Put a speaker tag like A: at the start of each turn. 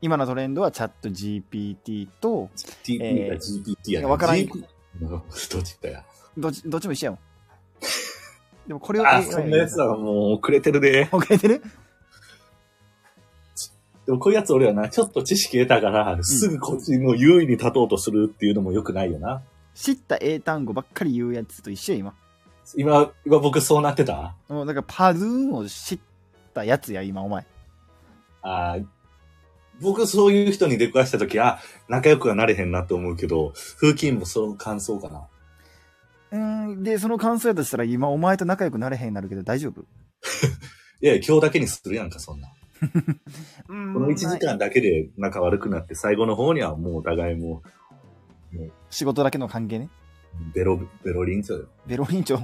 A: 今のトレンドはチャット GPT と、
B: TP か GPT や
A: いやわからん
B: GP どっちかや。
A: どっちどっちも一緒やもん。でもこれを
B: あ、
A: AI
B: そんなやつらはもう遅れてるで。
A: 遅れてる
B: でもこういうやつ俺はな、ちょっと知識得たから、すぐこっちの優位に立とうとするっていうのも良くないよな。
A: 知った英単語ばっかり言うやつと一緒や、今。
B: 今、今僕そうなってた
A: もうだからパズーンを知ったやつや、今、お前。
B: あー僕そういう人に出くわしたとき、あ、仲良くはなれへんなと思うけど、風紀委員もその感想かな。
A: うーん、で、その感想やとしたら、今、お前と仲良くなれへんなるけど大丈夫
B: いやいや、今日だけにするやんか、そんな。
A: こ
B: この1時間だけで仲悪くなって、最後の方にはもうお互いも
A: 仕事だけの関係ね。
B: うベロ、ベロリンチョよ。
A: ベロリン長。